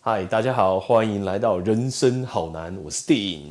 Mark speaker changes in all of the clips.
Speaker 1: 嗨，大家好，欢迎来到人生好难，我是 Dean。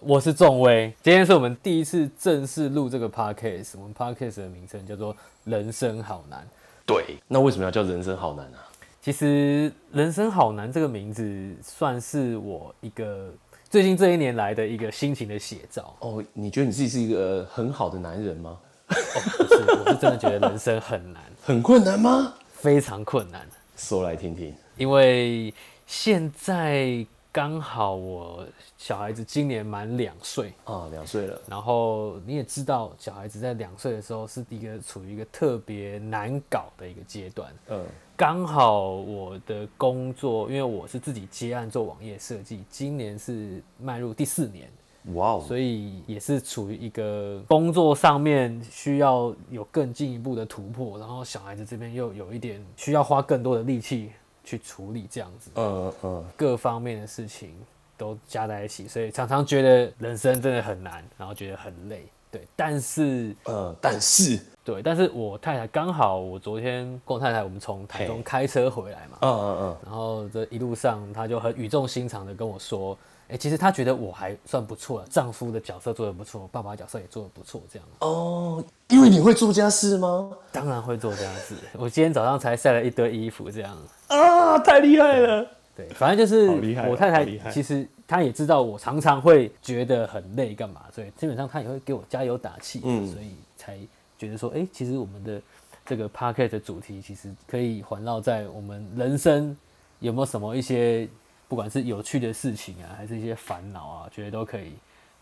Speaker 2: 我是仲威，今天是我们第一次正式录这个 podcast，我们 podcast 的名称叫做《人生好难》。
Speaker 1: 对，那为什么要叫人生好难啊？
Speaker 2: 其实“人生好难”这个名字算是我一个最近这一年来的一个心情的写照。
Speaker 1: 哦，你觉得你自己是一个很好的男人吗？
Speaker 2: 哦不是，我是真的觉得人生很难，
Speaker 1: 很困难吗？
Speaker 2: 非常困难，
Speaker 1: 说来听听。
Speaker 2: 因为现在刚好我小孩子今年满两岁，
Speaker 1: 啊，两岁了，
Speaker 2: 然后你也知道，小孩子在两岁的时候是一个处于一个特别难搞的一个阶段。
Speaker 1: 嗯，
Speaker 2: 刚好我的工作，因为我是自己接案做网页设计，今年是迈入第四年，
Speaker 1: 哇哦，
Speaker 2: 所以也是处于一个工作上面需要有更进一步的突破，然后小孩子这边又有一点需要花更多的力气去处理这样子，
Speaker 1: 嗯嗯，
Speaker 2: 各方面的事情都加在一起，所以常常觉得人生真的很难，然后觉得很累。对，但是
Speaker 1: 呃，但是，
Speaker 2: 对，但是我太太刚好，我昨天跟我太太我们从台中
Speaker 1: 嘿
Speaker 2: 开车回来嘛，
Speaker 1: 嗯嗯嗯，
Speaker 2: 然后这一路上，她就很语重心长的跟我说：“哎、其实她觉得我还算不错了，丈夫的角色做的不错，爸爸角色也做的不错，这样
Speaker 1: 哦，因为你会做家事吗？
Speaker 2: 当然会做这样子。我今天早上才晒了一堆衣服，这样
Speaker 1: 啊，太厉害了，
Speaker 2: 对，反正就是
Speaker 1: 好厉害哦
Speaker 2: 我太太
Speaker 1: 好厉害，
Speaker 2: 其实她也知道我常常会觉得很累，干嘛？所以基本上她也会给我加油打气，
Speaker 1: 嗯
Speaker 2: 所以才觉得说，哎、其实我们的这个 p a r k e t 的主题其实可以环绕在我们人生有没有什么一些，不管是有趣的事情啊，还是一些烦恼啊，觉得都可以。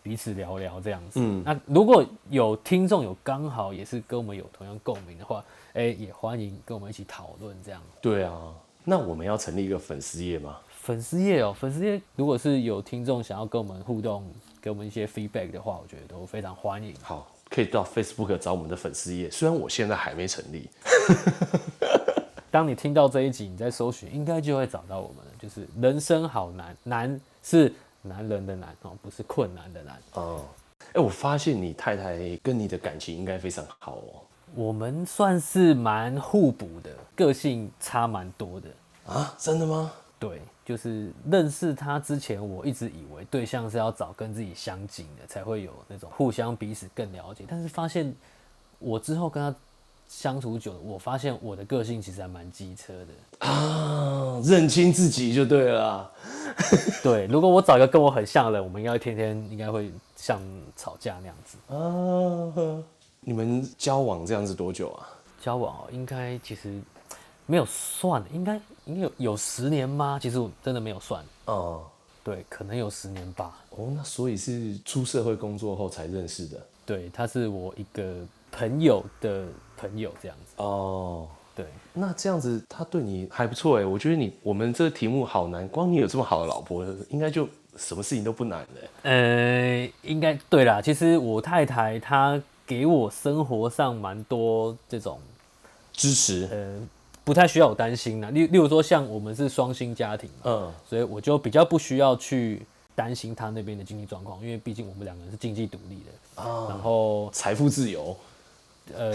Speaker 2: 彼此聊聊这样子，嗯，那如果有听众有刚好也是跟我们有同样共鸣的话，哎、也欢迎跟我们一起讨论这样。
Speaker 1: 对啊，那我们要成立一个粉丝业吗？
Speaker 2: 粉丝页哦，粉丝页如果是有听众想要跟我们互动，给我们一些 feedback 的话，我觉得都非常欢迎。
Speaker 1: 好，可以到 Facebook 找我们的粉丝页，虽然我现在还没成立，
Speaker 2: 当你听到这一集，你在搜寻，应该就会找到我们了。就是人生好难，难是男人的难哦，不是困难的难。
Speaker 1: 哦，哎、我发现你太太跟你的感情应该非常好哦。
Speaker 2: 我们算是蛮互补的，个性差蛮多的。
Speaker 1: 啊，真的吗？
Speaker 2: 对，就是认识他之前，我一直以为对象是要找跟自己相近的，才会有那种互相彼此更了解。但是发现我之后跟他相处久了，我发现我的个性其实还蛮机车的。
Speaker 1: 啊，认清自己就对了啊。
Speaker 2: 对，如果我找一个跟我很像的人，我们应该天天应该会像吵架那样子。
Speaker 1: 啊呵你们交往这样子多久啊？
Speaker 2: 交往哦，应该其实没有算，应该应该有有十年吗？其实我真的没有算，
Speaker 1: 哦、
Speaker 2: 对，可能有十年吧。
Speaker 1: 哦，那所以是出社会工作后才认识的。
Speaker 2: 对，他是我一个朋友的朋友这样子。
Speaker 1: 哦，
Speaker 2: 对，
Speaker 1: 那这样子他对你还不错哎，我觉得你我们这个题目好难，光你有这么好的老婆，应该就什么事情都不难的。
Speaker 2: 呃，应该对啦。其实我太太她给我生活上蛮多这种，
Speaker 1: 支持，
Speaker 2: 呃，不太需要我担心啦。例例如说，像我们是双薪家庭嘛，
Speaker 1: 嗯，
Speaker 2: 所以我就比较不需要去担心她那边的经济状况，因为毕竟我们两个人是经济独立的。然后，
Speaker 1: 财富自由。
Speaker 2: 呃，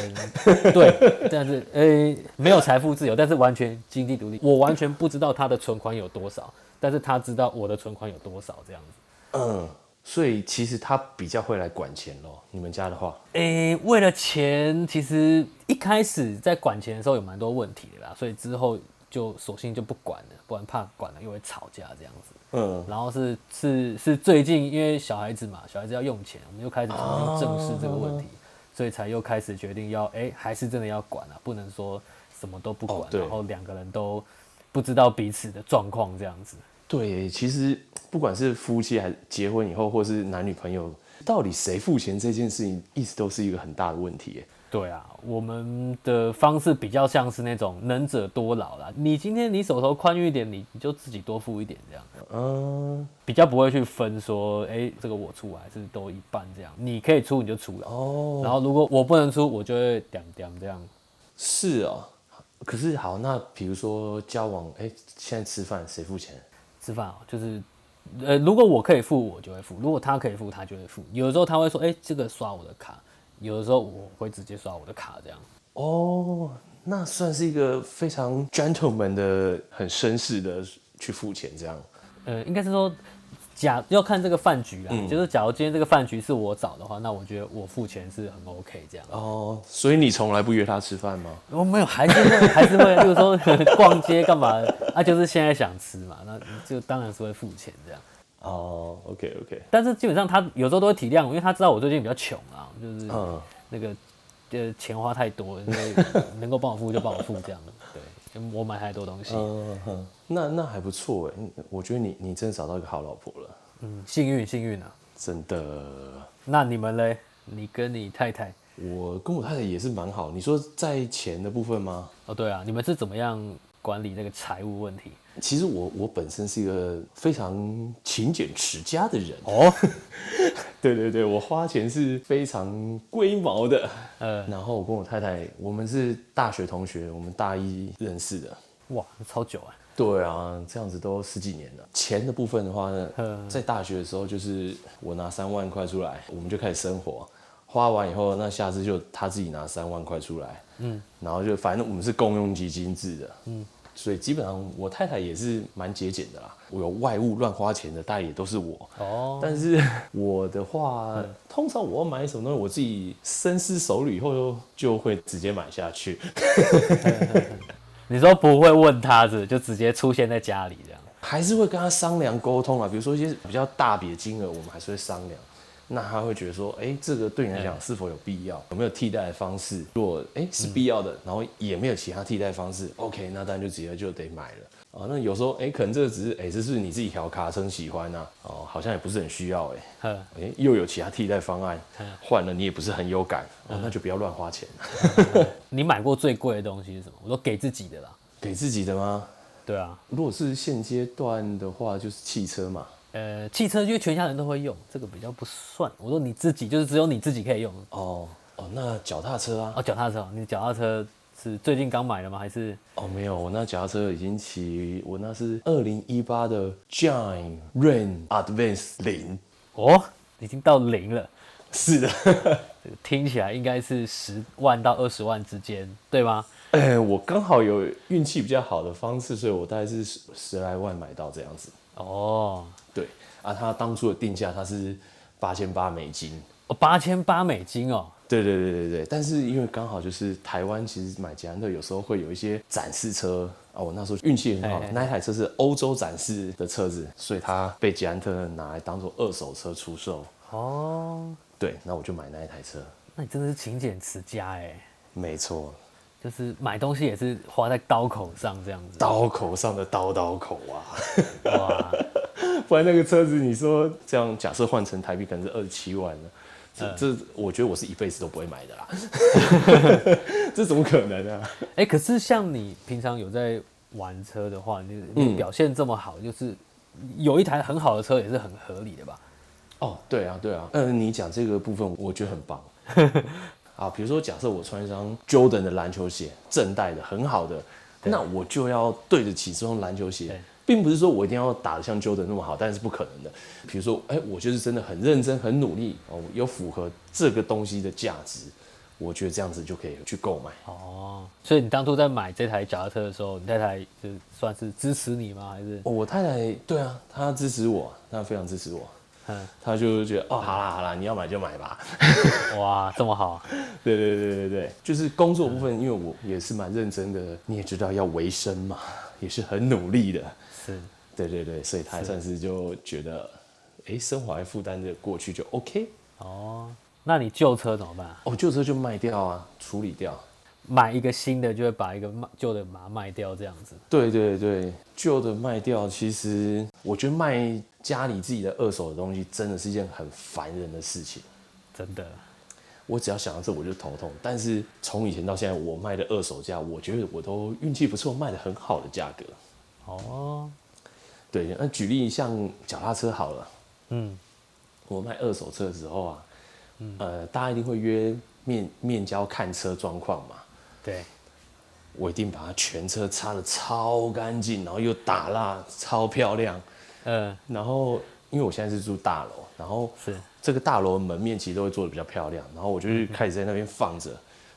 Speaker 2: 对， 但是呃，没有财富自由，但是完全经济独立。我完全不知道她的存款有多少，但是她知道我的存款有多少这样子。
Speaker 1: 嗯，所以其实他比较会来管钱咯。你们家的话，
Speaker 2: 诶、为了钱，其实一开始在管钱的时候有蛮多问题的啦，所以之后就索性就不管了，不然怕管了又会吵架这样子。
Speaker 1: 嗯，
Speaker 2: 然后是是是最近因为小孩子嘛，小孩子要用钱，我们又开始重新正视这个问
Speaker 1: 哦
Speaker 2: 题，所以才又开始决定要诶，还是真的要管啊，不能说什么都不管，
Speaker 1: 哦对
Speaker 2: 然后两个人都不知道彼此的状况这样子。
Speaker 1: 对耶，其实不管是夫妻还是结婚以后，或是男女朋友，到底谁付钱这件事情，一直都是一个很大的问题耶。
Speaker 2: 对啊，我们的方式比较像是那种能者多劳啦。你今天你手头宽裕一点，你你就自己多付一点这样，
Speaker 1: 嗯，
Speaker 2: 比较不会去分说，哎、这个我出还是都一半这样。你可以出你就出了，
Speaker 1: 哦，
Speaker 2: 然后如果我不能出，我就会点点这样。
Speaker 1: 是哦。可是好，那比如说交往，哎，现在吃饭谁付钱？
Speaker 2: 吃饭哦，就是，呃，如果我可以付，我就会付；如果他可以付，他就会付。有的时候他会说，哎、这个刷我的卡；有的时候我会直接刷我的卡这样。
Speaker 1: 哦，那算是一个非常 gentleman 的、很绅士的去付钱这样。
Speaker 2: 呃，应该是说假要看这个饭局啦，啊
Speaker 1: 嗯
Speaker 2: 就是假如今天这个饭局是我找的话，那我觉得我付钱是很 OK 这样。
Speaker 1: 哦，所以你从来不约他吃饭吗？
Speaker 2: 我、哦没有，还是会 还是会，例如说逛街干嘛的，啊，就是现在想吃嘛，那就当然是会付钱这样。
Speaker 1: 哦，OK OK，
Speaker 2: 但是基本上他有时候都会体谅我，因为他知道我最近比较穷啊，就是
Speaker 1: 嗯，
Speaker 2: 那个呃钱花太多了，所以能够帮我付就帮我付这样。对，因为我买太多东西，
Speaker 1: 嗯哼，那那还不错哎，嗯我觉得你你真的找到一个好老婆了，
Speaker 2: 嗯，幸运幸运啊。
Speaker 1: 真的。
Speaker 2: 那你们嘞？你跟你太太？
Speaker 1: 我跟我太太也是蛮好，你说在钱的部分吗？
Speaker 2: 哦，对啊，你们是怎么样管理这个财务问题？
Speaker 1: 其实我我本身是一个非常勤俭持家的人，
Speaker 2: 哦，
Speaker 1: 对对对，我花钱是非常龟毛的。
Speaker 2: 呃，
Speaker 1: 然后我跟我太太，我们是大学同学，我们大一认识的。
Speaker 2: 哇，超久啊！
Speaker 1: 对啊，这样子都十几年了。钱的部分的话呢，
Speaker 2: 嗯
Speaker 1: 在大学的时候就是我拿三万块出来，我们就开始生活。花完以后，那下次就他自己拿三万块出来，嗯，然后就反正我们是共用基金制的，嗯，所以基本上我太太也是蛮节俭的啦。我有外物乱花钱的，大概也都是我，
Speaker 2: 哦，
Speaker 1: 但是我的话，通常我要买什么东西，我自己深思熟虑以后就就会直接买下去。
Speaker 2: 你说不会问他是不是就直接出现在家里这样？
Speaker 1: 还是会跟他商量沟通啊，比如说一些比较大笔的金额，我们还是会商量。那他会觉得说，哎、这个对你来讲是否有必要？有没有替代的方式？如果哎、是必要的，然后也没有其他替代方式，OK，那当然就直接就得买了。哦，那有时候哎、可能这个只是哎、这是你自己调卡称喜欢啊，哦，好像也不是很需要哎、
Speaker 2: 呵，
Speaker 1: 哎、又有其他替代方案，换了你也不是很有感，哦，那就不要乱花钱。
Speaker 2: 你买过最贵的东西是什么？我都给自己的啦。
Speaker 1: 给自己的吗？
Speaker 2: 对啊，
Speaker 1: 如果是现阶段的话，就是汽车嘛。
Speaker 2: 呃，汽车因为全家人都会用，这个比较不算。我说你自己就是只有你自己可以用。
Speaker 1: 哦哦，那脚踏车啊，
Speaker 2: 哦，脚踏车，你脚踏车是最近刚买的吗？还是
Speaker 1: 哦没有，我那脚踏车已经骑，我那是二零一八的 Giant Rain Advance 零。
Speaker 2: 哦，已经到零了？
Speaker 1: 是的，
Speaker 2: 这个听起来应该是十万到二十万之间，对吗？
Speaker 1: 哎、我刚好有运气比较好的方式，所以我大概是十十来万买到这样子。
Speaker 2: 哦，
Speaker 1: 对啊，它当初的定价它是八千八美金，
Speaker 2: 哦，八千八美金哦，
Speaker 1: 对对对对对，但是因为刚好就是台湾，其实买捷安特有时候会有一些展示车啊，我那时候运气很好，
Speaker 2: 哎哎
Speaker 1: 那一台车是欧洲展示的车子，所以它被捷安特拿来当做二手车出售。
Speaker 2: 哦，
Speaker 1: 对，那我就买那一台车，
Speaker 2: 那你真的是勤俭持家哎，
Speaker 1: 没错，
Speaker 2: 就是买东西也是花在刀口上这样子。
Speaker 1: 刀口上的刀刀口啊，
Speaker 2: 哇，
Speaker 1: 不然那个车子你说这样假设换成台币可能是二十七万呢，这这我觉得我是一辈子都不会买的啦， 这怎么可能啊？
Speaker 2: 哎、可是像你平常有在玩车的话，你你表现这么好，就是有一台很好的车也是很合理的吧？
Speaker 1: 哦，对啊，对啊，嗯、你讲这个部分，我觉得很棒。 啊，比如说，假设我穿一双 Jordan 的篮球鞋，正代的，很好的，那我就要对得起这双篮球鞋
Speaker 2: 对，
Speaker 1: 并不是说我一定要打得像 Jordan 那么好，但是不可能的。比如说，哎、我就是真的很认真、很努力哦，有符合这个东西的价值，我觉得这样子就可以去购买。
Speaker 2: 哦，所以你当初在买这台脚踏车的时候，你太太就算是支持你吗？还是
Speaker 1: 哦我太太对啊，她支持我，她非常支持我，啊
Speaker 2: 嗯，
Speaker 1: 她就觉得哦，好啦好啦，你要买就买吧。
Speaker 2: 哇，这么好？啊
Speaker 1: 对对对对对，就是工作部分，因为我也是蛮认真的，你也知道要维生嘛， 也是很努力的。
Speaker 2: 是，
Speaker 1: 对对对，所以他算是就觉得，哎，生活还负担着过去就 OK。
Speaker 2: 哦，那你旧车怎么办？
Speaker 1: 哦，旧车就卖掉啊，处理掉。
Speaker 2: 买一个新的就会把一个卖旧的把它卖掉，这样子。
Speaker 1: 对对对，旧的卖掉，其实我觉得卖家里自己的二手的东西，真的是一件很烦人的事情。
Speaker 2: 真的，
Speaker 1: 我只要想到这我就头痛。但是从以前到现在，我卖的二手价，我觉得我都运气不错，卖的很好的价格。
Speaker 2: 哦，
Speaker 1: 对，那举例像脚踏车好了，
Speaker 2: 嗯，
Speaker 1: 我卖二手车的时候啊，呃，大家一定会约面面交看车状况嘛，
Speaker 2: 对，
Speaker 1: 我一定把它全车擦的超干净，然后又打蜡，超漂亮。
Speaker 2: 嗯，
Speaker 1: 然后因为我现在是住大楼，然后
Speaker 2: 是嗯
Speaker 1: 这个大楼的门面其实都会做的比较漂亮，然后我就去开始在那边放着。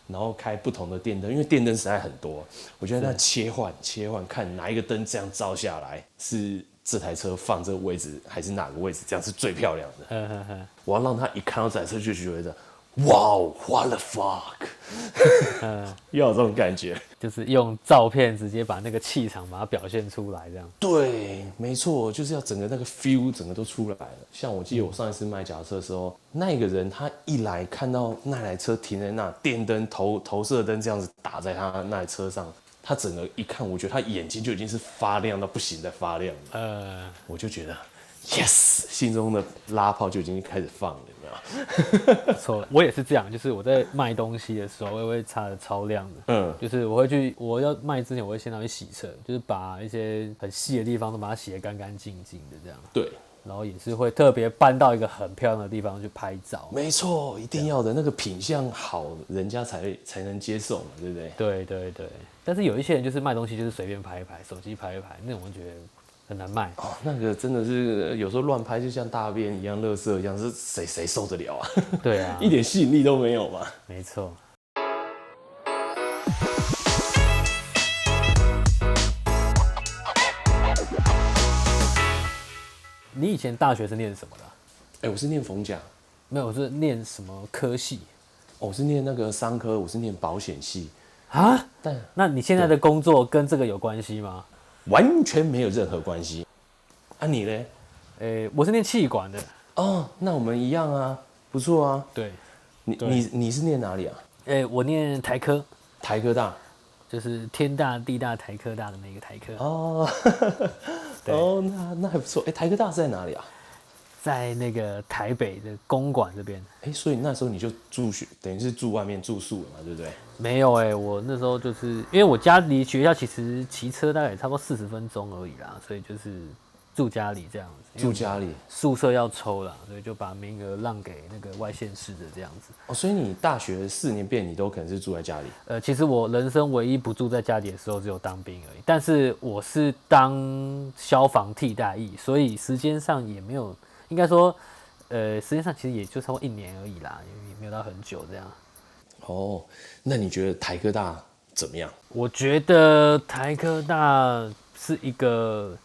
Speaker 1: 然后开不同的电灯，因为电灯实在很多，我觉得那切换切换，看哪一个灯这样照下来是这台车放这个位置，还是哪个位置这样是最漂亮的。
Speaker 2: 呵呵呵
Speaker 1: 我要让他一看到这台车就觉得，哇哦，what the fuck，要有
Speaker 2: 嗯
Speaker 1: 这种感觉。
Speaker 2: 就是用照片直接把那个气场把它表现出来，这样。
Speaker 1: 对，没错，就是要整个那个 feel 整个都出来了。像我记得我上一次卖脚踏车的时候，那个人他一来看到那台车停在那，电灯投投射灯这样子打在他那台车上，他整个一看，我觉得他眼睛就已经是发亮到不行在发亮了，
Speaker 2: 呃，
Speaker 1: 我就觉得 yes，心中的拉炮就已经开始放了，有没有？
Speaker 2: 不错，我也是这样，就是我在卖东西的时候，我也会擦的超亮的。
Speaker 1: 嗯
Speaker 2: 就是我会去，我要卖之前，我会先拿去洗车，就是把一些很细的地方都把它洗得干干净净的这样，
Speaker 1: 对，
Speaker 2: 然后也是会特别搬到一个很漂亮的地方去拍照。
Speaker 1: 没错，一定要的那个品相好，人家才会才能接受嘛，对不对？
Speaker 2: 对对对，但是有一些人就是卖东西就是随便拍一拍，手机拍一拍，那种我觉得很难卖。
Speaker 1: 哦，那个真的是呃有时候乱拍，就像大便一样、垃圾一样，是谁谁受得了啊？
Speaker 2: 对啊，
Speaker 1: 一点吸引力都没有嘛。
Speaker 2: 没错。你以前大学是念什么的啊、
Speaker 1: 哎、我是念逢甲，
Speaker 2: 没有，我是念什么科系
Speaker 1: 哦我是念那个商科，我是念保险系，
Speaker 2: 啊？
Speaker 1: 但
Speaker 2: 那你现在的工作跟这个有关系吗？
Speaker 1: 完全没有任何关系。啊，你嘞？
Speaker 2: 诶、我是念气管的，
Speaker 1: 哦，那我们一样啊，不错啊。
Speaker 2: 对，
Speaker 1: 你你你是念哪里啊？
Speaker 2: 诶、我念台科，
Speaker 1: 台科大
Speaker 2: 就是天大、地大、台科大的那个台科，
Speaker 1: 哦，哦，那那还不错。哎、台科大是在哪里啊？
Speaker 2: 在那个台北的公馆这边。
Speaker 1: 哎、所以那时候你就住学，等于是住外面住宿了嘛，对不对？
Speaker 2: 没有诶，我那时候就是因为我家离学校其实骑车大概也差不多四十分钟而已啦，所以就是住家里这样子，因
Speaker 1: 住
Speaker 2: 为
Speaker 1: 家里。
Speaker 2: 宿舍要抽啦，所以就把名额让给那个外县市的这样子。
Speaker 1: 哦，所以你大学四年变，你都可能是住在家里。
Speaker 2: 呃，其实我人生唯一不住在家里的时候只有当兵而已，但是我是当消防替代役，所以时间上也没有，应该说，呃，时间上其实也就超过一年而已啦，也也没有到很久这样。
Speaker 1: 哦，那你觉得台科大怎么样？
Speaker 2: 我觉得台科大是一个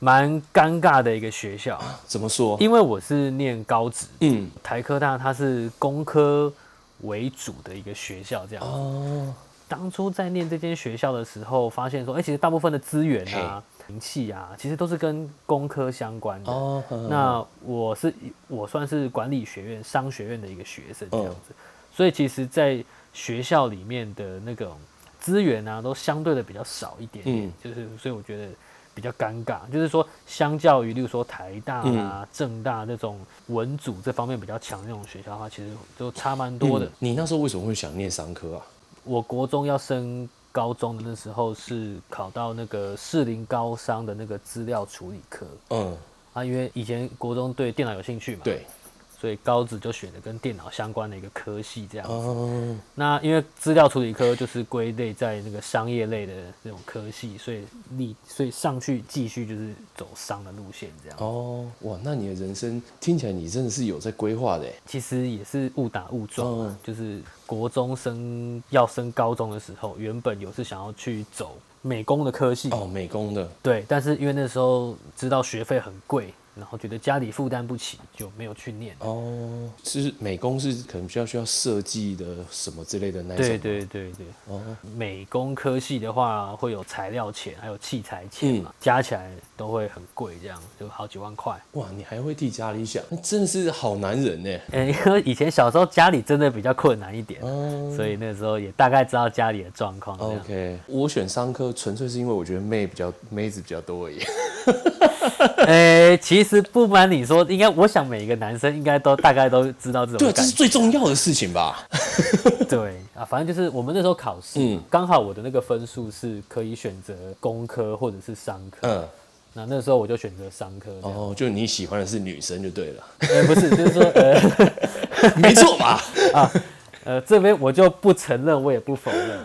Speaker 2: 蛮尴尬的一个学校，
Speaker 1: 怎么说？
Speaker 2: 因为我是念高职，
Speaker 1: 哦嗯，
Speaker 2: 台科大它是工科为主的一个学校这样子
Speaker 1: 哦，
Speaker 2: 当初在念这间学校的时候，发现说，哎、其实大部分的资源啊、名气啊，其实都是跟工科相关的。
Speaker 1: 哦，嗯
Speaker 2: 那我是我算是管理学院、商学院的一个学生这
Speaker 1: 嗯
Speaker 2: 样子，所以其实，在学校里面的那种资源啊，都相对的比较少一点点，
Speaker 1: 嗯
Speaker 2: 就是所以我觉得比较尴尬，就是说，相较于例如说台大啊、
Speaker 1: 嗯
Speaker 2: 政大这种文组这方面比较强的那种学校的话，其实都差蛮多的。
Speaker 1: 嗯你那时候为什么会想念商科啊？
Speaker 2: 我国中要升高中的那时候是考到那个士林高商的那个资料处理科
Speaker 1: 嗯，
Speaker 2: 啊，因为以前国中对电脑有兴趣嘛，，
Speaker 1: 对，
Speaker 2: 所以高职就选的跟电脑相关的一个科系这样。
Speaker 1: 嗯，
Speaker 2: 那因为资料处理科就是归类在那个商业类的那种科系，所以你所以上去继续就是走商的路线这样。
Speaker 1: 哦，哇，那你的人生听起来你真的是有在规划的欸。
Speaker 2: 其实也是误打误撞啊
Speaker 1: 嗯，
Speaker 2: 就是国中升要升高中的时候，原本有是想要去走美工的科系
Speaker 1: 哦，美工的，
Speaker 2: 对，但是因为那时候知道学费很贵，然后觉得家里负担不起，就没有去念。
Speaker 1: 哦，是美工是可能比较需要设计的什么之类的那一种。
Speaker 2: 对对对对，
Speaker 1: 哦，
Speaker 2: 美工科系的话会有材料钱，还有器材钱嘛，加起来都会很贵，这样就好几万块。
Speaker 1: 哇，你还会替家里想，那真的是好男人欸呢。
Speaker 2: 嗯， 因为以前小时候家里真的比较困难一点，
Speaker 1: 哦
Speaker 2: 所以那时候也大概知道家里的状况。这样。
Speaker 1: OK，我选商科纯粹是因为我觉得妹比较妹子比较多而已。
Speaker 2: 诶、其实不瞒你说，应该我想每个男生应该都大概都知道这 种
Speaker 1: 对，啊
Speaker 2: 感
Speaker 1: 这
Speaker 2: 觉
Speaker 1: 是。最重要的事情吧？
Speaker 2: 对啊，反正就是我们那时候考试
Speaker 1: 嗯，
Speaker 2: 刚、好我的那个分数是可以选择工科或者是商科。
Speaker 1: 嗯，
Speaker 2: 那那时候我就选择商科这样，
Speaker 1: 哦，就你喜欢的是女生就对了，
Speaker 2: 呃，不是，就是说，呃
Speaker 1: 没错嘛。
Speaker 2: 呃，这边我就不承认，我也不否认，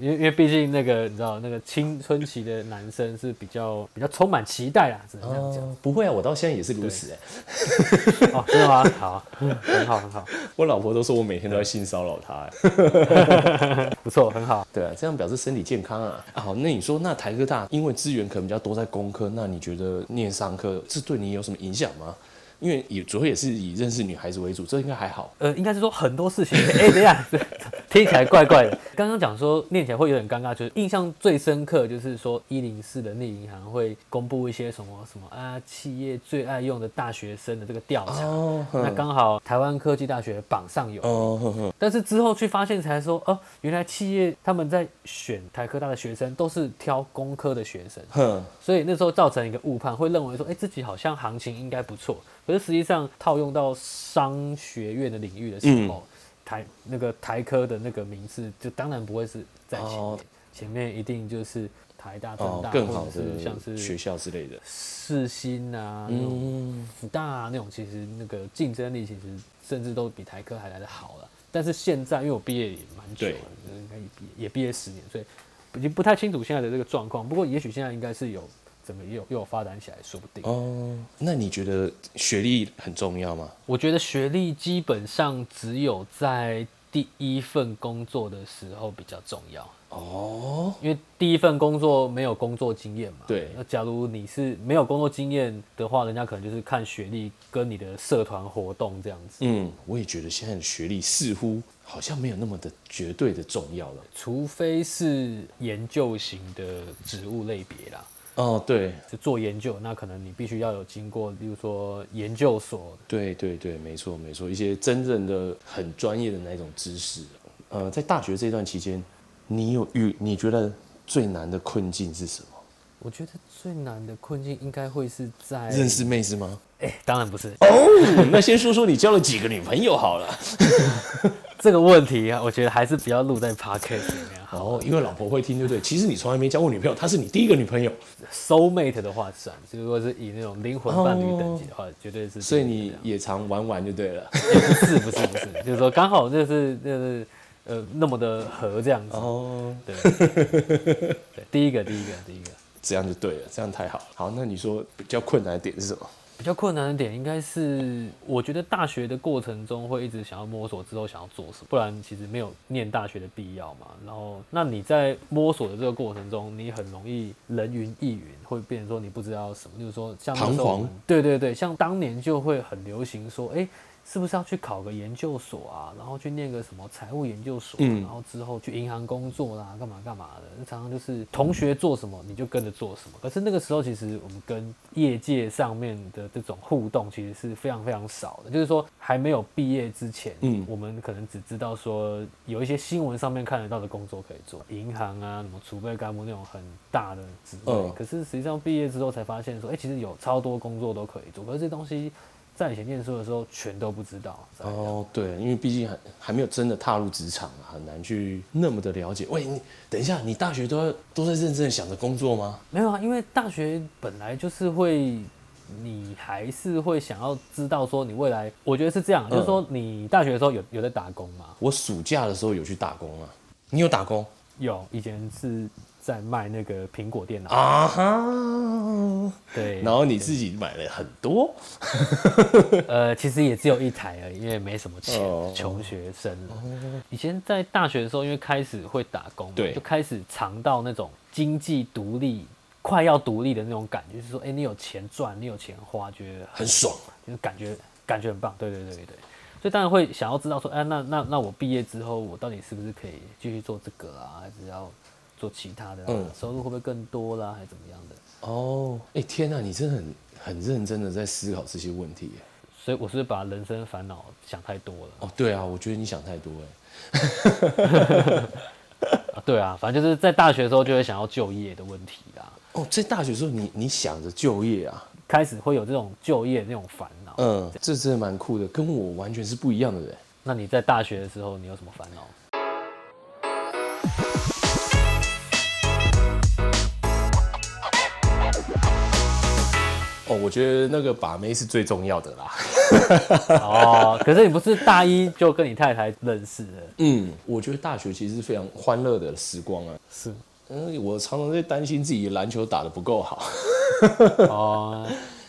Speaker 2: 因为 因为毕竟那个你知道，那个青春期的男生是比较比较充满期待啦，只能这样 讲。
Speaker 1: 哦不会啊，我到现在也是如此、欸。
Speaker 2: 哦，真的吗？好，嗯很好，很好，
Speaker 1: 我老婆都说我每天都在性骚扰她、欸。
Speaker 2: 不错，很好。
Speaker 1: 对啊， 这样表示身体健康啊。啊好，那你说，那台科大因为资源可能比较多在工科，那你觉得念商科这对你有什么影响吗？因为也主要也是以认识女孩子为主，这应该还好。
Speaker 2: 呃，应该是说很多事情。哎、等一下，听起来怪怪的。刚刚讲说念起来会有点尴尬，就是印象最深刻就是说一零四的那银行会公布一些什么什么啊，企业最爱用的大学生的这个调查。
Speaker 1: 哦，
Speaker 2: 那刚好台湾科技大学榜上有，
Speaker 1: 哦，呵呵
Speaker 2: 但是之后去发现才说，哦、原来企业他们在选台科大的学生都是挑工科的学生，
Speaker 1: 哼，
Speaker 2: 所以那时候造成一个误判，会认为说，哎、自己好像行情应该不错，可是实际上套用到商学院的领域的时
Speaker 1: 嗯
Speaker 2: 候，台那个台科的那个名次就当然不会是在前面，
Speaker 1: 哦
Speaker 2: 前面一定就是台大、政
Speaker 1: 哦
Speaker 2: 大，，
Speaker 1: 更
Speaker 2: 或
Speaker 1: 好
Speaker 2: 者是像
Speaker 1: 的学
Speaker 2: 是
Speaker 1: 校之类的。
Speaker 2: 世新啊那种
Speaker 1: 嗯，
Speaker 2: 福大、啊、那种，其实那个竞争力其实甚至都比台科还来得好了。但是现在，因为我毕业也蛮久了
Speaker 1: 对，
Speaker 2: 应该也毕也毕业十年，所以已经不太清楚现在的这个状况。不过，也许现在应该是有怎么又又有发展起来，说不定。
Speaker 1: 哦，那你觉得学历很重要吗？
Speaker 2: 我觉得学历基本上只有在第一份工作的时候比较重要。
Speaker 1: 哦，
Speaker 2: 因为第一份工作没有工作经验嘛，
Speaker 1: 对
Speaker 2: 那假如你是没有工作经验的话，人家可能就是看学历跟你的社团活动这样子。
Speaker 1: 嗯，我也觉得现在的学历似乎好像没有那么的绝对的重要了。
Speaker 2: 除非是研究型的植物类别啦，
Speaker 1: 哦，对，
Speaker 2: 就做研究，那可能你必须要有经过，例如说研究所。
Speaker 1: 对对对，没错没错，一些真正的很专业的那种知识。呃，在大学这段期间，你有遇你觉得最难的困境是什么？
Speaker 2: 我觉得最难的困境应该会是在
Speaker 1: 认识妹子吗？
Speaker 2: 哎、当然不是、
Speaker 1: 哦， 那先说说你交了几个女朋友好了。
Speaker 2: 这个问题啊，我觉得还是不要录在 podcast 里面啊好。
Speaker 1: 哦，因为老婆会听，对不对？其实你从来没交过女朋友，她是你第一个女朋友，
Speaker 2: soul mate 的话算，就是如果是以那种灵魂伴侣等级的话，绝对是。
Speaker 1: 哦所以你也常玩玩就对了。
Speaker 2: 也不是不是不是，就是说刚好就是就是呃那么的合这样子。
Speaker 1: 哦，
Speaker 2: 对，对，第一个第一个第一个。
Speaker 1: 这样就对了，这样太好了。好，那你说比较困难的点是什么？
Speaker 2: 比较困难的点应该是，我觉得大学的过程中会一直想要摸索之后想要做什么，不然其实没有念大学的必要嘛。然后，那你在摸索的这个过程中，你很容易人云亦云，会变成说你不知道什么，就是说像那时候
Speaker 1: 彷
Speaker 2: 我们
Speaker 1: 徨
Speaker 2: 对对对，像当年就会很流行说，哎、是不是要去考个研究所啊？然后去念个什么财务研究所啊、
Speaker 1: 嗯
Speaker 2: 然后之后去银行工作啦，干嘛干嘛的。常常就是同学做什么你就跟着做什么。可是那个时候，其实我们跟业界上面的这种互动其实是非常非常少的。就是说，还没有毕业之前，
Speaker 1: 嗯
Speaker 2: 我们可能只知道说有一些新闻上面看得到的工作可以做，银行啊，什么储备干部那种很大的职位。
Speaker 1: 嗯
Speaker 2: 可是实际上毕业之后才发现说，哎、其实有超多工作都可以做，可是这东西。在以前念书的时候，全都不知道。
Speaker 1: 哦，对，因为毕竟还还没有真的踏入职场啊，很难去那么的了解。喂，你等一下，你大学都要都在认真的想着工作吗？
Speaker 2: 没有啊，因为大学本来就是会，你还是会想要知道说你未来，我觉得是
Speaker 1: 嗯
Speaker 2: 这样，就是说你大学的时候有有在打工吗？
Speaker 1: 我暑假的时候有去打工啊，你有打工
Speaker 2: 有，以前是在卖那个苹果电脑，
Speaker 1: 啊哈？
Speaker 2: 对，
Speaker 1: 然后你自己买了很多，
Speaker 2: 呃，其实也只有一台而已，因为没什么钱
Speaker 1: 哦，
Speaker 2: 穷、学生了。以前在大学的时候，因为开始会打工嘛，
Speaker 1: 对
Speaker 2: 就开始尝到那种经济独立、快要独立的那种感觉，就是说，哎、你有钱赚，你有钱花，觉得
Speaker 1: 很爽。
Speaker 2: 就是感觉感觉很棒，对对对对对，所以当然会想要知道说，哎、那那那我毕业之后，我到底是不是可以继续做这个啊，还是要做其他的、啊？
Speaker 1: 嗯
Speaker 2: 收入会不会更多啦，还是怎么样的？
Speaker 1: 哦，哎、天哪、你真的很很认真的在思考这些问题耶。
Speaker 2: 所以我是不是把人生烦恼想太多了
Speaker 1: 哦，对啊，我觉得你想太多哎。
Speaker 2: 啊？对啊，反正就是在大学的时候就会想要就业的问题啦，
Speaker 1: 哦，在大学的时候你你想着就业啊，
Speaker 2: 开始会有这种就业那种烦恼。
Speaker 1: 嗯，这真的蛮酷的，跟我完全是不一样的人。
Speaker 2: 那你在大学的时候，你有什么烦恼？
Speaker 1: 哦，哦，我觉得那个把妹是最重要的啦。
Speaker 2: 哦， 可是你不是大一就跟你太太认识的，
Speaker 1: 嗯，我觉得大学其实是非常欢乐的时光啊。
Speaker 2: 是
Speaker 1: 嗯，我常常在担心自己篮球打得不够好，
Speaker 2: 哦，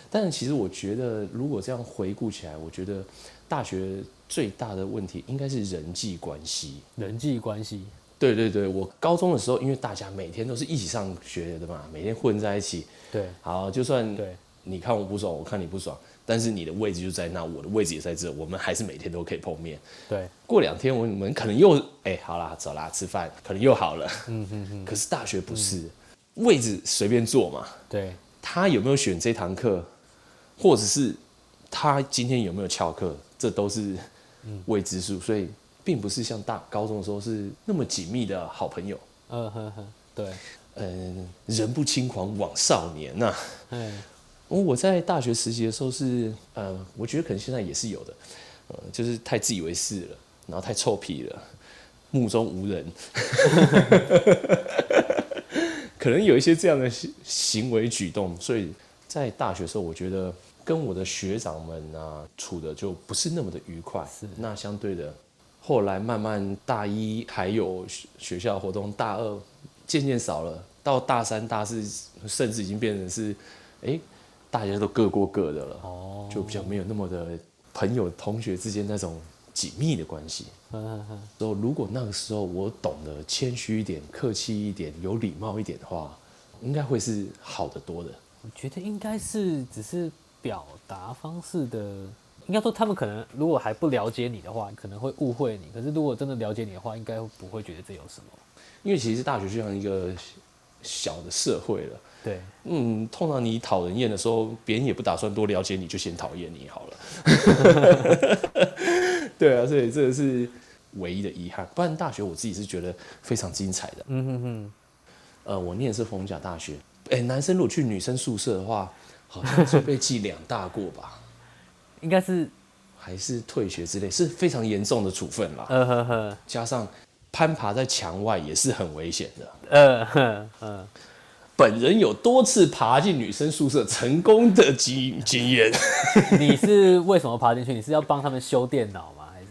Speaker 1: 但其实我觉得，如果这样回顾起来，我觉得大学最大的问题应该是人际关系。
Speaker 2: 人际关系
Speaker 1: 对对对，我高中的时候，因为大家每天都是一起上学的嘛，每天混在一起，
Speaker 2: 对
Speaker 1: 好，就算
Speaker 2: 对
Speaker 1: 你看我不爽，我看你不爽，但是你的位置就在那，我的位置也在这，我们还是每天都可以碰面。
Speaker 2: 对
Speaker 1: 过两天我们可能又哎、好啦，走啦，吃饭可能又好了。嗯嗯嗯。可是大学不是，位置随便坐嘛，
Speaker 2: 对
Speaker 1: 他有没有选这堂课，或者是他今天有没有翘课，这都是未知数，所以并不是像大高中的时候是那么紧密的好朋友。
Speaker 2: 嗯哼哼， 对，
Speaker 1: 嗯，人不轻狂枉少年啊呐、
Speaker 2: 嗯，
Speaker 1: 哦我在大学实习的时候是，呃，我觉得可能现在也是有的，呃，就是太自以为是了，然后太臭屁了，目中无人， 可能有一些这样的行行为举动，所以在大学的时候，我觉得跟我的学长们啊处的就不是那么的愉快。那相对的，后来慢慢大一还有学学校活动，大二渐渐少了，到大三、大四，甚至已经变成是，哎、大家都各过各的了，
Speaker 2: 哦，
Speaker 1: 就比较没有那么的朋友、同学之间那种紧密的关系。
Speaker 2: 嗯哼哼，
Speaker 1: 之后，如果那个时候我懂得谦虚一点、客气一点、有礼貌一点的话，应该会是好的多的。
Speaker 2: 我觉得应该是只是表达方式的，应该说他们可能如果还不了解你的话，可能会误会你。可是如果真的了解你的话，应该不会觉得这有什么。
Speaker 1: 因为其实大学就像一个小的社会了，
Speaker 2: 对，
Speaker 1: 嗯，通常你讨人厌的时候，别人也不打算多了解你，就先讨厌你好了。 对啊，所以这个是唯一的遗憾。不然大学我自己是觉得非常精彩的。
Speaker 2: 嗯哼哼，
Speaker 1: 呃，我念的是逢甲大学，哎、男生如果去女生宿舍的话，好像是被记两大过吧，
Speaker 2: 应该是，
Speaker 1: 还是退学之类，是非常严重的处分啦。
Speaker 2: 呃呵呵，
Speaker 1: 加上攀爬在墙外也是很危险的。
Speaker 2: 呃呵，嗯、
Speaker 1: 本人有多次爬进女生宿舍成功的经经验
Speaker 2: 你是为什么爬进去？你是要帮他们修电脑吗？还是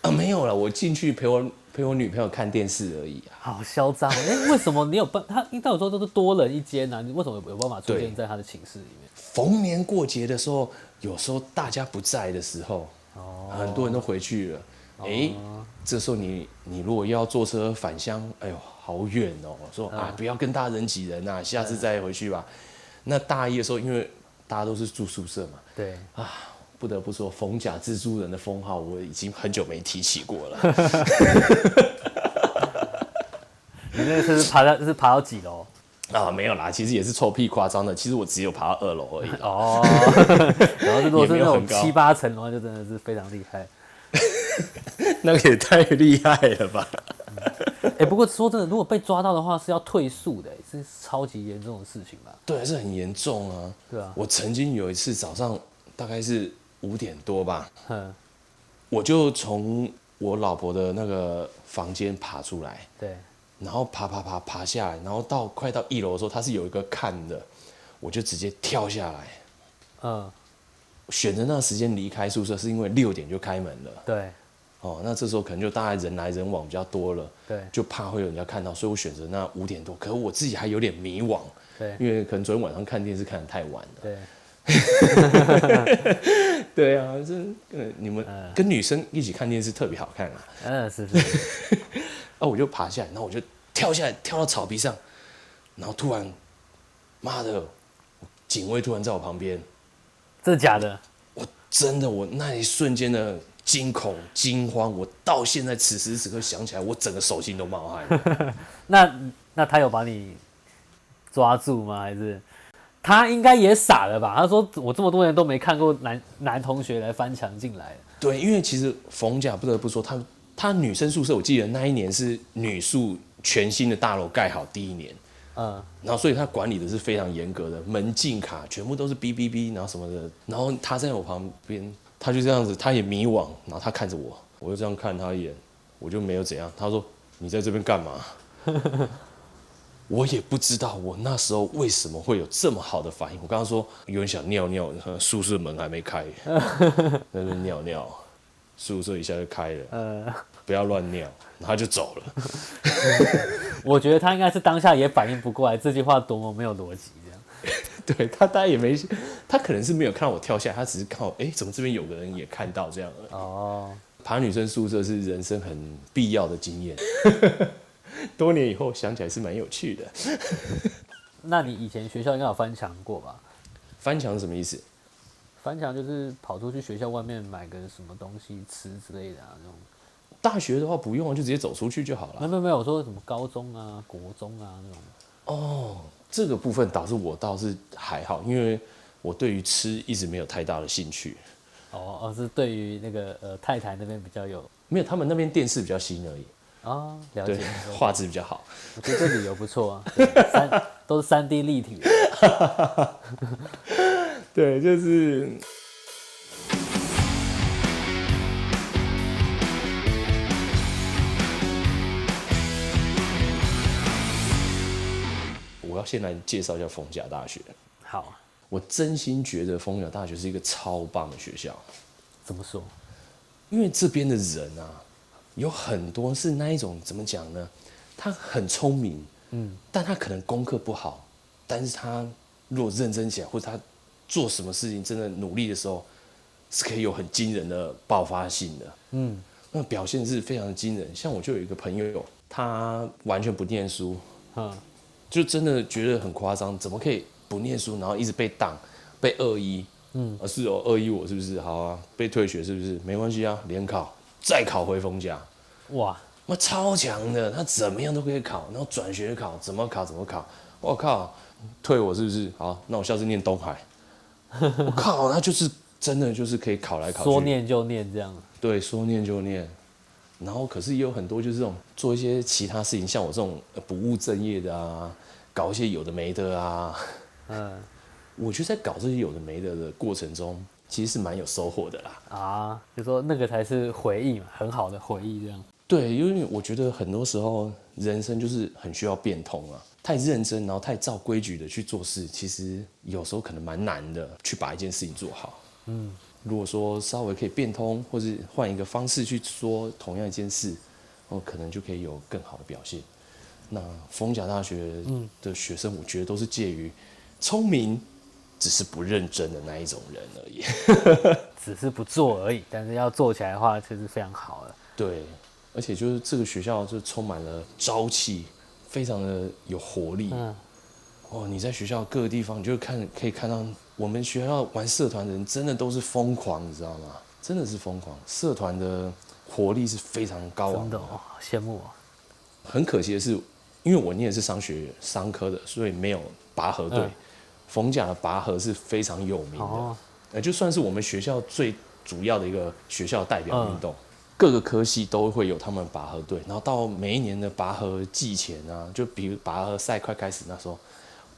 Speaker 1: 啊，没有了，我进去陪我陪我女朋友看电视而已啊。
Speaker 2: 好嚣张哦？ 哎、为什么你有办？他因为我说都是多人一间呐、啊，你为什么有有办法出
Speaker 1: 对
Speaker 2: 现在他的寝室里面？
Speaker 1: 逢年过节的时候，有时候大家不在的时候，很多人都回去了。诶，这时候你你如果要坐车返乡，哎呦，好远哦！说啊，不要跟大人挤人啊，下次再回去吧。那大一的时候，因为大家都是住宿舍嘛，
Speaker 2: 对，
Speaker 1: 啊，不得不说，冯甲蜘蛛人的封号我已经很久没提起过 了。
Speaker 2: 你那次是爬到是爬到几楼？。
Speaker 1: 啊，没有啦，其实也是臭屁夸张的。其实我只有爬到二楼而已
Speaker 2: 哦，然后如果是那
Speaker 1: 也没有
Speaker 2: 种
Speaker 1: 很高
Speaker 2: 七八层的话，就真的是非常厉害。
Speaker 1: 那个也太厉害了吧？
Speaker 2: 哎、不过说真的，如果被抓到的话，是要退宿的、是超级严重的事情吧？
Speaker 1: 对，是很严重啊。
Speaker 2: 对啊
Speaker 1: 我曾经有一次早上大概是五点多吧，
Speaker 2: 哼，
Speaker 1: 我就从我老婆的那个房间爬出来，
Speaker 2: 对，
Speaker 1: 然后爬爬爬爬下来，然后到快到一楼的时候，它是有一个看的，我就直接跳下来。
Speaker 2: 嗯，
Speaker 1: 选择那个时间离开宿舍，是因为六点就开门了。
Speaker 2: 对，
Speaker 1: 哦，那这时候可能就大概人来人往比较多了，
Speaker 2: 对
Speaker 1: 就怕会有人家看到，所以我选择那五点多。可是我自己还有点迷惘，
Speaker 2: 对，
Speaker 1: 因为可能昨天晚上看电视看得太晚了。
Speaker 2: 对，
Speaker 1: 对啊，这呃你们跟女生一起看电视特别好看啊。
Speaker 2: 嗯，是是 是，
Speaker 1: 啊，我就爬下来，然后我就跳下来，跳到草皮上，然后突然，妈的，警卫突然在我旁边，
Speaker 2: 真的假的？
Speaker 1: 我真的我那一瞬间的惊恐惊慌，我到现在此时此刻想起来，我整个手心都冒汗。
Speaker 2: 那那他有把你抓住吗？还是他应该也傻了吧？他说我这么多年都没看过男男同学来翻墙进来，
Speaker 1: 对，因为其实冯甲不得不说，他他女生宿舍，我记得那一年是女宿全新的大楼盖好第一年，
Speaker 2: 嗯，
Speaker 1: 然后所以他管理的是非常严格的，门禁卡全部都是哔哔哔，然后什么的，然后他在我旁边，他就这样子，他也迷惘，然后他看着我，我就这样看他一眼，我就没有怎样，他说你在这边干嘛？ 我也不知道我那时候为什么会有这么好的反应。我刚刚说有人想尿尿，呃宿舍门还没开，那边尿尿，宿舍一下就开了，
Speaker 2: 呃，
Speaker 1: 不要乱尿，然后他就走了。
Speaker 2: 我觉得他应该是当下也反应不过来这句话多么没有逻辑，这样。
Speaker 1: 对他，大家也没， 他可能是没有看到我跳下来，他只是看我，哎、怎么这边有个人也看到这样了。
Speaker 2: 哦，
Speaker 1: 爬女生宿舍是人生很必要的经验， 多年以后想起来是蛮有趣的。
Speaker 2: 那你以前学校应该有翻墙过吧？
Speaker 1: 翻墙是什么意思？
Speaker 2: 翻墙就是跑出去学校外面买个什么东西吃之类的啊，那种。
Speaker 1: 大学的话不用啊，就直接走出去就好
Speaker 2: 没
Speaker 1: 了。
Speaker 2: 有没有没有，我说什么高中啊、国中啊那种。
Speaker 1: 这个部分导致我倒是还好，因为我对于吃一直没有太大的兴趣。
Speaker 2: 哦哦，是对于那个呃太太那边比较有
Speaker 1: 没有，他们那边电视比较新而已，
Speaker 2: 啊了
Speaker 1: 对
Speaker 2: 解。，
Speaker 1: 画质比较好。
Speaker 2: 我觉得这理由不错啊，对三都是三 D 立体的。
Speaker 1: 对，就是。我要先来介绍一下逢甲大学。
Speaker 2: 好，
Speaker 1: 我真心觉得逢甲大学是一个超棒的学校，
Speaker 2: 怎么说？
Speaker 1: 因为这边的人啊，有很多是那一种怎么讲呢？他很聪明，嗯，但他可能功课不好，但是他如果认真起来，或者他做什么事情真的努力的时候，是可以有很惊人的爆发性的，嗯，那表现是非常惊人。像我就有一个朋友，他完全不念书，
Speaker 2: 嗯，
Speaker 1: 就真的觉得很夸张，怎么可以不念书，然后一直被挡，被恶意？嗯，而是哦，恶意我是不是？好啊，被退学是不是？没关系啊，联考再考回冯家，
Speaker 2: 哇，
Speaker 1: 妈超强的，他怎么样都可以考，然后转学考，怎么考怎么考，我靠，退我是不是？好，那我下次念东海，我靠，他就是真的就是可以考来 考去，
Speaker 2: 说念就念这样。
Speaker 1: 对，说念就念。然后可是也有很多就是这种做一些其他事情，像我这种呃不务正业的啊，搞一些有的没的啊。
Speaker 2: 嗯
Speaker 1: 我觉得在搞这些有的没的的过程中，其实是蛮有收获的啦。
Speaker 2: 啊，就说那个才是回忆嘛，很好的回忆这样。
Speaker 1: 对，因为我觉得很多时候人生就是很需要变通啊，太认真，然后太照规矩的去做事，其实有时候可能蛮难的，去把一件事情做好。嗯，如果说稍微可以变通，或是换一个方式去说同样一件事，哦，可能就可以有更好的表现。那逢甲大学的学生，我觉得都是介于聪明，只是不认真的那一种人而已。
Speaker 2: 只是不做而已，但是要做起来的话，就是非常好了。
Speaker 1: 对，而且就是这个学校就充满了朝气，非常的有活力。
Speaker 2: 嗯
Speaker 1: 哦，你在学校各个地方，你就看可以看到我们学校玩社团的人真的都是疯狂，你知道吗？真的是疯狂，社团的活力是非常高昂
Speaker 2: 真的哦，好羡慕哦。
Speaker 1: 很可惜的是，因为我念的是商学商科的，所以没有拔河队。
Speaker 2: 嗯
Speaker 1: 逢甲的拔河是非常有名的，
Speaker 2: 哦
Speaker 1: 呃，就算是我们学校最主要的一个学校代表
Speaker 2: 嗯
Speaker 1: 运动，各个科系都会有他们拔河队。然后到每一年的拔河季前啊，就比如拔河赛快开始那时候，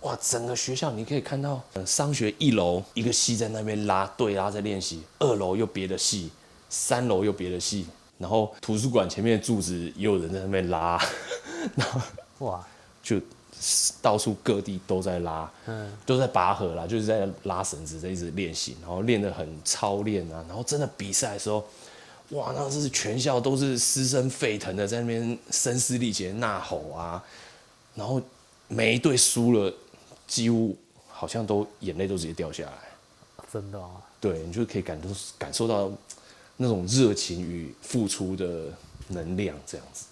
Speaker 1: 哇，整个学校你可以看到，呃商学一楼一个系在那边拉队拉在练习，二楼又别的系，三楼又别的系，然后图书馆前面的柱子也有人在那边拉， 然后
Speaker 2: 哇，
Speaker 1: 就到处各地都在拉，
Speaker 2: 嗯，
Speaker 1: 都在拔河啦，就是在拉绳子，在一直练习，然后练得很操练啊，然后真的比赛的时候，哇，那真是全校都是师生沸腾的，在那边声嘶力竭呐吼啊，然后每一队输了，几乎好像都眼泪都直接掉下来，
Speaker 2: 真的哦，
Speaker 1: 对你就可以感受感受到那种热情与付出的能量，这样子，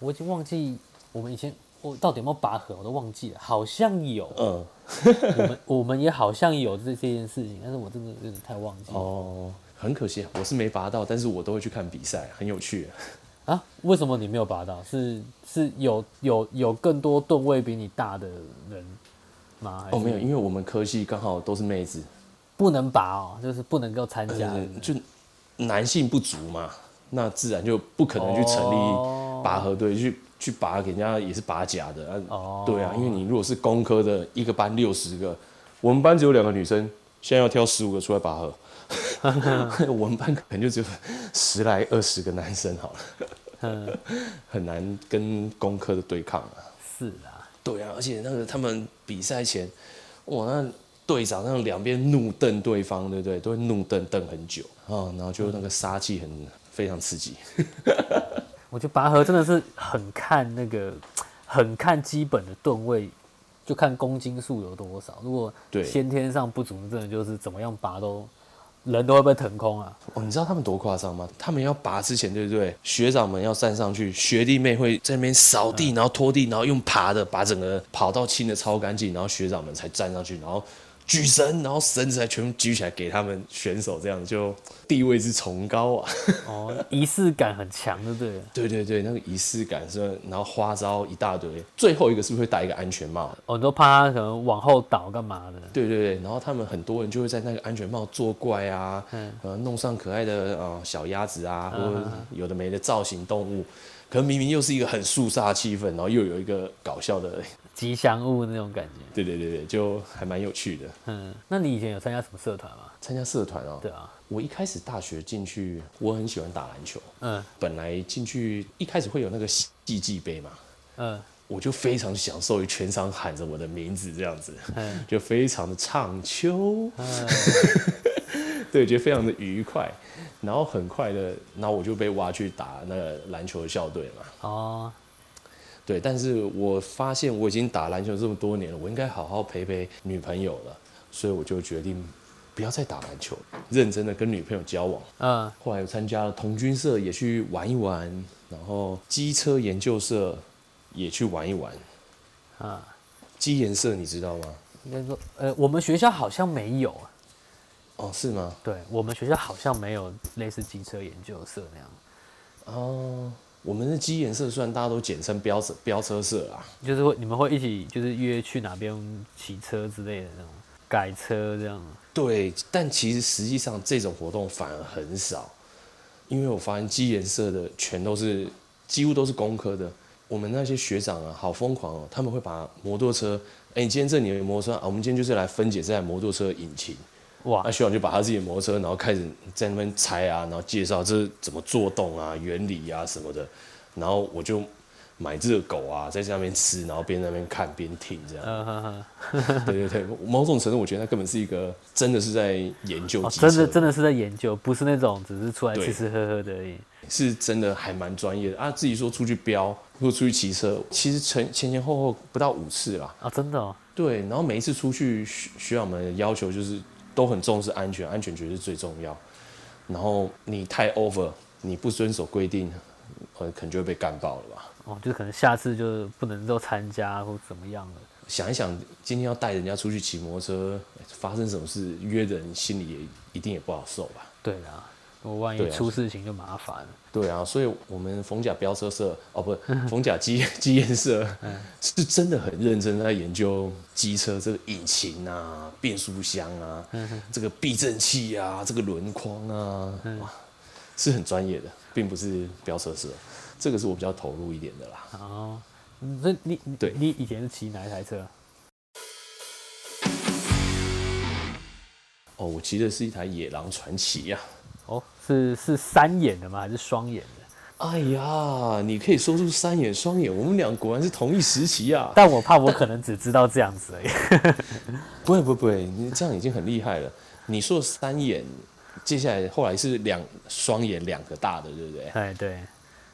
Speaker 2: 我已经忘记我们以前我到底有没有拔河，我都忘记了，好像有，
Speaker 1: 嗯，
Speaker 2: 我们我们也好像有这这件事情，但是我真的有点太忘记了、
Speaker 1: 哦，很可惜啊，我是没拔到，但是我都会去看比赛，很有趣啊、
Speaker 2: 啊。为什么你没有拔到？是是有有有更多吨位比你大的人吗？还是
Speaker 1: 哦，没有，因为我们科系刚好都是妹子，
Speaker 2: 不能拔哦，就是不能够参加。
Speaker 1: 嗯，就男性不足嘛，那自然就不可能去成
Speaker 2: 哦
Speaker 1: 立拔河队、去去拔，给人家也是拔假的啊。
Speaker 2: 哦
Speaker 1: 对啊，因为你如果是工科的，一个班六十个，我们班只有两个女生，现在要挑十五个出来拔 河，我们班可能就只有十来二十个男生好了，
Speaker 2: 嗯，
Speaker 1: 很难跟工科的对抗啊。
Speaker 2: 是啊，
Speaker 1: 对啊，而且那个他们比赛前，哇，那队长那两边怒瞪对方，对不对？都会怒瞪瞪很久啊、然后就那个杀气很非常刺激。
Speaker 2: 我觉得拔河真的是很看那个，很看基本的吨位，就看公斤数有多少。如果
Speaker 1: 对
Speaker 2: 先天上不足，真的就是怎么样拔都人都会被腾空啊。
Speaker 1: 哦，你知道他们多夸张吗？他们要拔之前，对不对？学长们要站上去，学弟妹会在那边扫地，然后拖地，然后用爬的把整个跑道清的超干净，然后学长们才站上去，然后举绳，然后绳子还全部举起来给他们选手，这样就地位之崇高啊！
Speaker 2: 哦，仪式感很强，对不对了？
Speaker 1: 对对对，那个仪式感是，然后花招一大堆，最后一个是不是会戴一个安全帽？
Speaker 2: 哦，你都怕他可能往后倒干嘛的？
Speaker 1: 对对对，然后他们很多人就会在那个安全帽作怪啊，呃，弄上可爱的呃小鸭子啊，或者有的没的造型动物，可能明明又是一个很肃杀气氛，然后又啊呃有一个搞笑的，
Speaker 2: 吉祥物那种感觉。
Speaker 1: 对对对对，就还蛮有趣的。
Speaker 2: 嗯，那你以前有参加什么社团吗？
Speaker 1: 参加社团哦，
Speaker 2: 对啊，
Speaker 1: 我一开始大学进去，我很喜欢打篮球，
Speaker 2: 嗯
Speaker 1: 本来进去一开始会有那个戏剧杯嘛，
Speaker 2: 嗯
Speaker 1: 我就非常享受于全场喊着我的名字这样子，
Speaker 2: 嗯
Speaker 1: 就非常的唱秋，
Speaker 2: 嗯，
Speaker 1: 对，觉得非常的愉快。然后很快的，然后我就被挖去打那个篮球校队嘛。
Speaker 2: 哦，
Speaker 1: 对，但是我发现我已经打篮球这么多年了，我应该好好陪陪女朋友了，所以我就决定不要再打篮球，认真的跟女朋友交往。
Speaker 2: 嗯
Speaker 1: 后来又参加了童军社，也去玩一玩，然后机车研究社也去玩一玩。
Speaker 2: 啊，
Speaker 1: 机研社你知道吗？
Speaker 2: 应该说，呃，我们学校好像没有啊。
Speaker 1: 哦，是吗？
Speaker 2: 对我们学校好像没有类似机车研究社那样，
Speaker 1: 哦，我们的机研社虽然大家都简称标车标车社啊，
Speaker 2: 就是会你们会一起就是约去哪边骑车之类的那种改车这样。
Speaker 1: 对，但其实实际上这种活动反而很少，因为我发现机研社的全都是几乎都是工科的。我们那些学长啊，好疯狂哦！他们会把摩托车，哎，你今天这里有摩托车啊，我们今天就是来分解这台摩托车的引擎。
Speaker 2: 哇
Speaker 1: 那学长就把他自己的摩托车，然后开始在那边拆啊，然后介绍这怎么做动啊、原理啊什么的。然后我就买热狗啊，在那边吃，然后边在那边看边听这样。
Speaker 2: 嗯哼哼，
Speaker 1: 对对对，某种程度我觉得那根本是一个真的是在研究
Speaker 2: 哦，
Speaker 1: 机车，
Speaker 2: 真的真的是在研究，不是那种只是出来
Speaker 1: 对
Speaker 2: 吃吃喝喝的而已。
Speaker 1: 是真的还蛮专业的啊。自己说出去飙或出去骑车，其实前前前后后不到五次啦。
Speaker 2: 哦，真的哦，
Speaker 1: 对，然后每一次出去，学学长们的要求就是都很重视安全，安全绝对是最重要。然后你太 over，你不遵守规定，呃，可能就会被干爆了吧。
Speaker 2: 哦，就是可能下次就不能够参加或怎么样了。
Speaker 1: 想一想，今天要带人家出去骑摩托车，哎发生什么事，约的人心里也一定也不好受吧。
Speaker 2: 对啦，我万
Speaker 1: 对
Speaker 2: 一
Speaker 1: 啊
Speaker 2: 出事情就麻烦了。
Speaker 1: 对啊，所以我们逢甲飙车社哦， 不，逢甲机机研社是真的很认真地在研究机车这个引擎啊、变速箱啊、这个避震器啊、这个轮框啊，哇是很专业的，并不是飙车社。这个是我比较投入一点的啦。
Speaker 2: 哦，嗯所以你你
Speaker 1: 对
Speaker 2: 你以前是骑哪一台车？
Speaker 1: 哦，我骑的是一台野狼传奇啊呀、
Speaker 2: 哦，是是三眼的吗？还是双眼的？
Speaker 1: 哎呀，你可以说出三眼双眼，我们俩果然是同一时期啊！
Speaker 2: 但我怕我可能只知道这样子而已。
Speaker 1: 不会不会不会，你这样已经很厉害了。你说三眼，接下来后来是两双眼两个大的，对不对？
Speaker 2: 哎，对，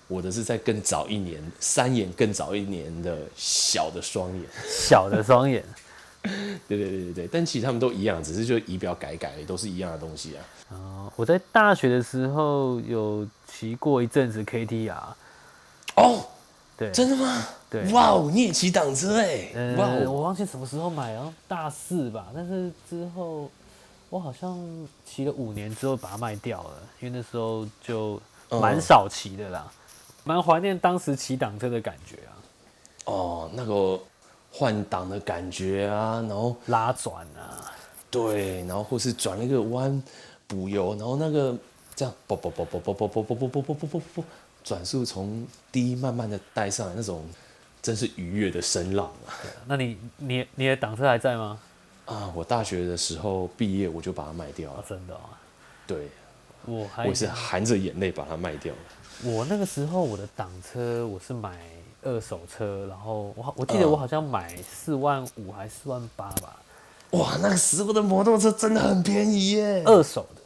Speaker 1: 我的是在更早一年，三眼更早一年的小的双眼，
Speaker 2: 小的双眼。
Speaker 1: 对对对对对。但其实他们都一样，只是就仪表改改而已，都是一样的东西啊。
Speaker 2: 哦，我在大学的时候有骑过一阵子 KTR，
Speaker 1: 哦，
Speaker 2: 对，
Speaker 1: 真的吗？
Speaker 2: 对
Speaker 1: 哇哦，你也骑挡车哎、
Speaker 2: 呃，
Speaker 1: 哇哦，
Speaker 2: 我忘记什么时候买，然后大四吧，但是之后我好像骑了五年之后把它卖掉了，因为那时候就蛮
Speaker 1: 嗯
Speaker 2: 少骑的啦，蛮怀念当时骑挡车的感觉啊，
Speaker 1: 哦，那个换挡的感觉啊，然后
Speaker 2: 拉转啊，
Speaker 1: 对，然后或是转了一个弯补油，然后那个这样啵啵啵啵啵啵啵啵啵啵啵啵啵啵，转速从低慢慢的带上来，那种真是愉悦的声浪啊！
Speaker 2: 那你你你的挡车还在吗？
Speaker 1: 啊，我大学的时候毕业我就把它卖掉
Speaker 2: 哦
Speaker 1: 了，，
Speaker 2: 真的、哦，
Speaker 1: 对，
Speaker 2: 我还
Speaker 1: 我也是含着眼泪把它卖掉了。
Speaker 2: 我那个时候我的挡车我是买二手车，然后我好我记得我好像买四万五还是四万八吧，
Speaker 1: 哇，那个时候的摩托车真的很便宜耶！
Speaker 2: 二手的。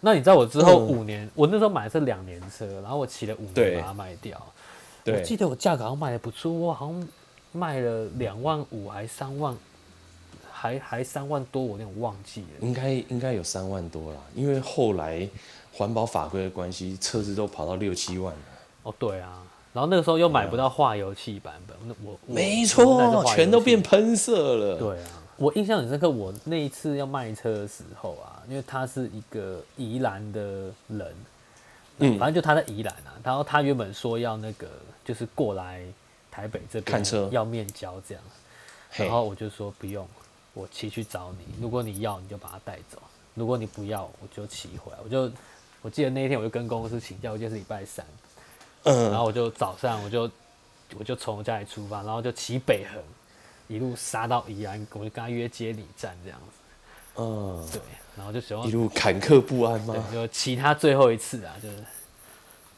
Speaker 2: 那你知道我之后
Speaker 1: 嗯
Speaker 2: 五年，我那时候买的是两年车，然后我骑了五
Speaker 1: 对
Speaker 2: 年把它卖掉。我
Speaker 1: 对，
Speaker 2: 记得我价格好像卖的不错，我好像卖了两万五还三万，还还三万多，我有点忘记了。
Speaker 1: 应该应该有三万多啦，因为后来环保法规的关系，车子都跑到六七万了。
Speaker 2: 哦，对啊，然后那个时候又买不到化油器版本，那我
Speaker 1: 嗯
Speaker 2: 我
Speaker 1: 没
Speaker 2: 我那是
Speaker 1: 错
Speaker 2: 化油，器
Speaker 1: 全都变喷射了。，
Speaker 2: 对啊。我印象很深刻，我那一次要卖车的时候啊，因为他是一个宜兰的人，
Speaker 1: 嗯
Speaker 2: 反正就他在宜兰啊，然后他原本说要那个就是过来台北这边
Speaker 1: 看车
Speaker 2: 要面交这样，
Speaker 1: 嘿
Speaker 2: 然，后我就说不用，我骑去找你。如果你要，你就把它带走；如果你不要，我就骑回来。我就我记得那一天我就跟公司请假，我记得是礼拜三，然
Speaker 1: 嗯，
Speaker 2: 后我就早上我就我就从我家里出发，然后就骑北横，一路杀到宜兰，我就跟他约接里站这样子。
Speaker 1: 嗯，
Speaker 2: 对，然后就希望
Speaker 1: 一路坎坷不安嘛。
Speaker 2: 对就骑他最后一次啊，就是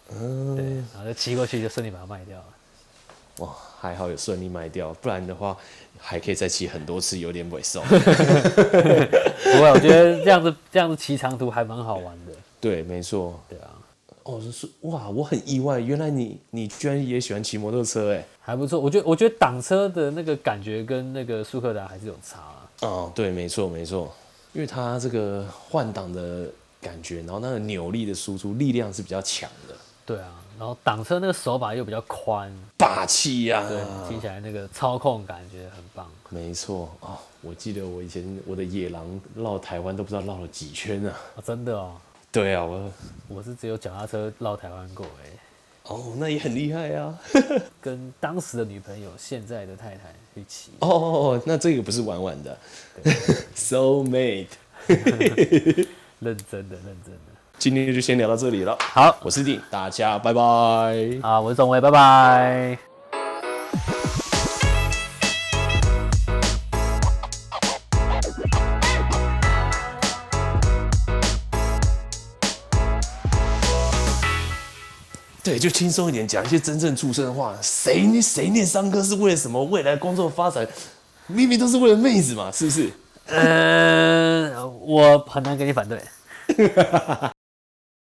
Speaker 2: 对，
Speaker 1: 嗯，
Speaker 2: 然后就骑过去就顺利把它卖掉了。
Speaker 1: 哇，还好有顺利卖掉，不然的话还可以再骑很多次，有点萎 缩。
Speaker 2: 不会，我觉得这样子这样子骑长途还蛮好玩的，
Speaker 1: 对，没错。
Speaker 2: 对啊。
Speaker 1: 哦，是是哇，我很意外，原来你你居然也喜欢骑摩托车哎。
Speaker 2: 还不错，我觉得我觉得挡车的那个感觉跟那个速克达还是有差、啊。
Speaker 1: 哦，对，没错没错，因为它这个换挡的感觉，然后那个扭力的输出力量是比较强的，
Speaker 2: 对啊，然后挡车那个手把又比较宽，
Speaker 1: 霸气啊呀、
Speaker 2: 对，听起来那个操控感觉很棒。
Speaker 1: 没错哦，我记得我以前我的野狼绕台湾都不知道绕了几圈啊。
Speaker 2: 哦、真的哦，
Speaker 1: 对啊，我
Speaker 2: 我是只有脚踏车绕台湾过哎、
Speaker 1: 哦，那也很厉害啊。
Speaker 2: 跟当时的女朋友现在的太太一起。
Speaker 1: 哦哦哦，那这个不是玩玩的 ，soul mate。
Speaker 2: 认真的，认真的。
Speaker 1: 今天就先聊到这里了，
Speaker 2: 好
Speaker 1: 我是丁，大家拜拜。
Speaker 2: 啊，我是钟伟，拜拜。
Speaker 1: 对，就轻松一点，讲一些真正畜生的话。谁谁念商科是为了什么？未来工作发展，明明都是为了妹子嘛，是不是？
Speaker 2: 呃，我很难跟你反对。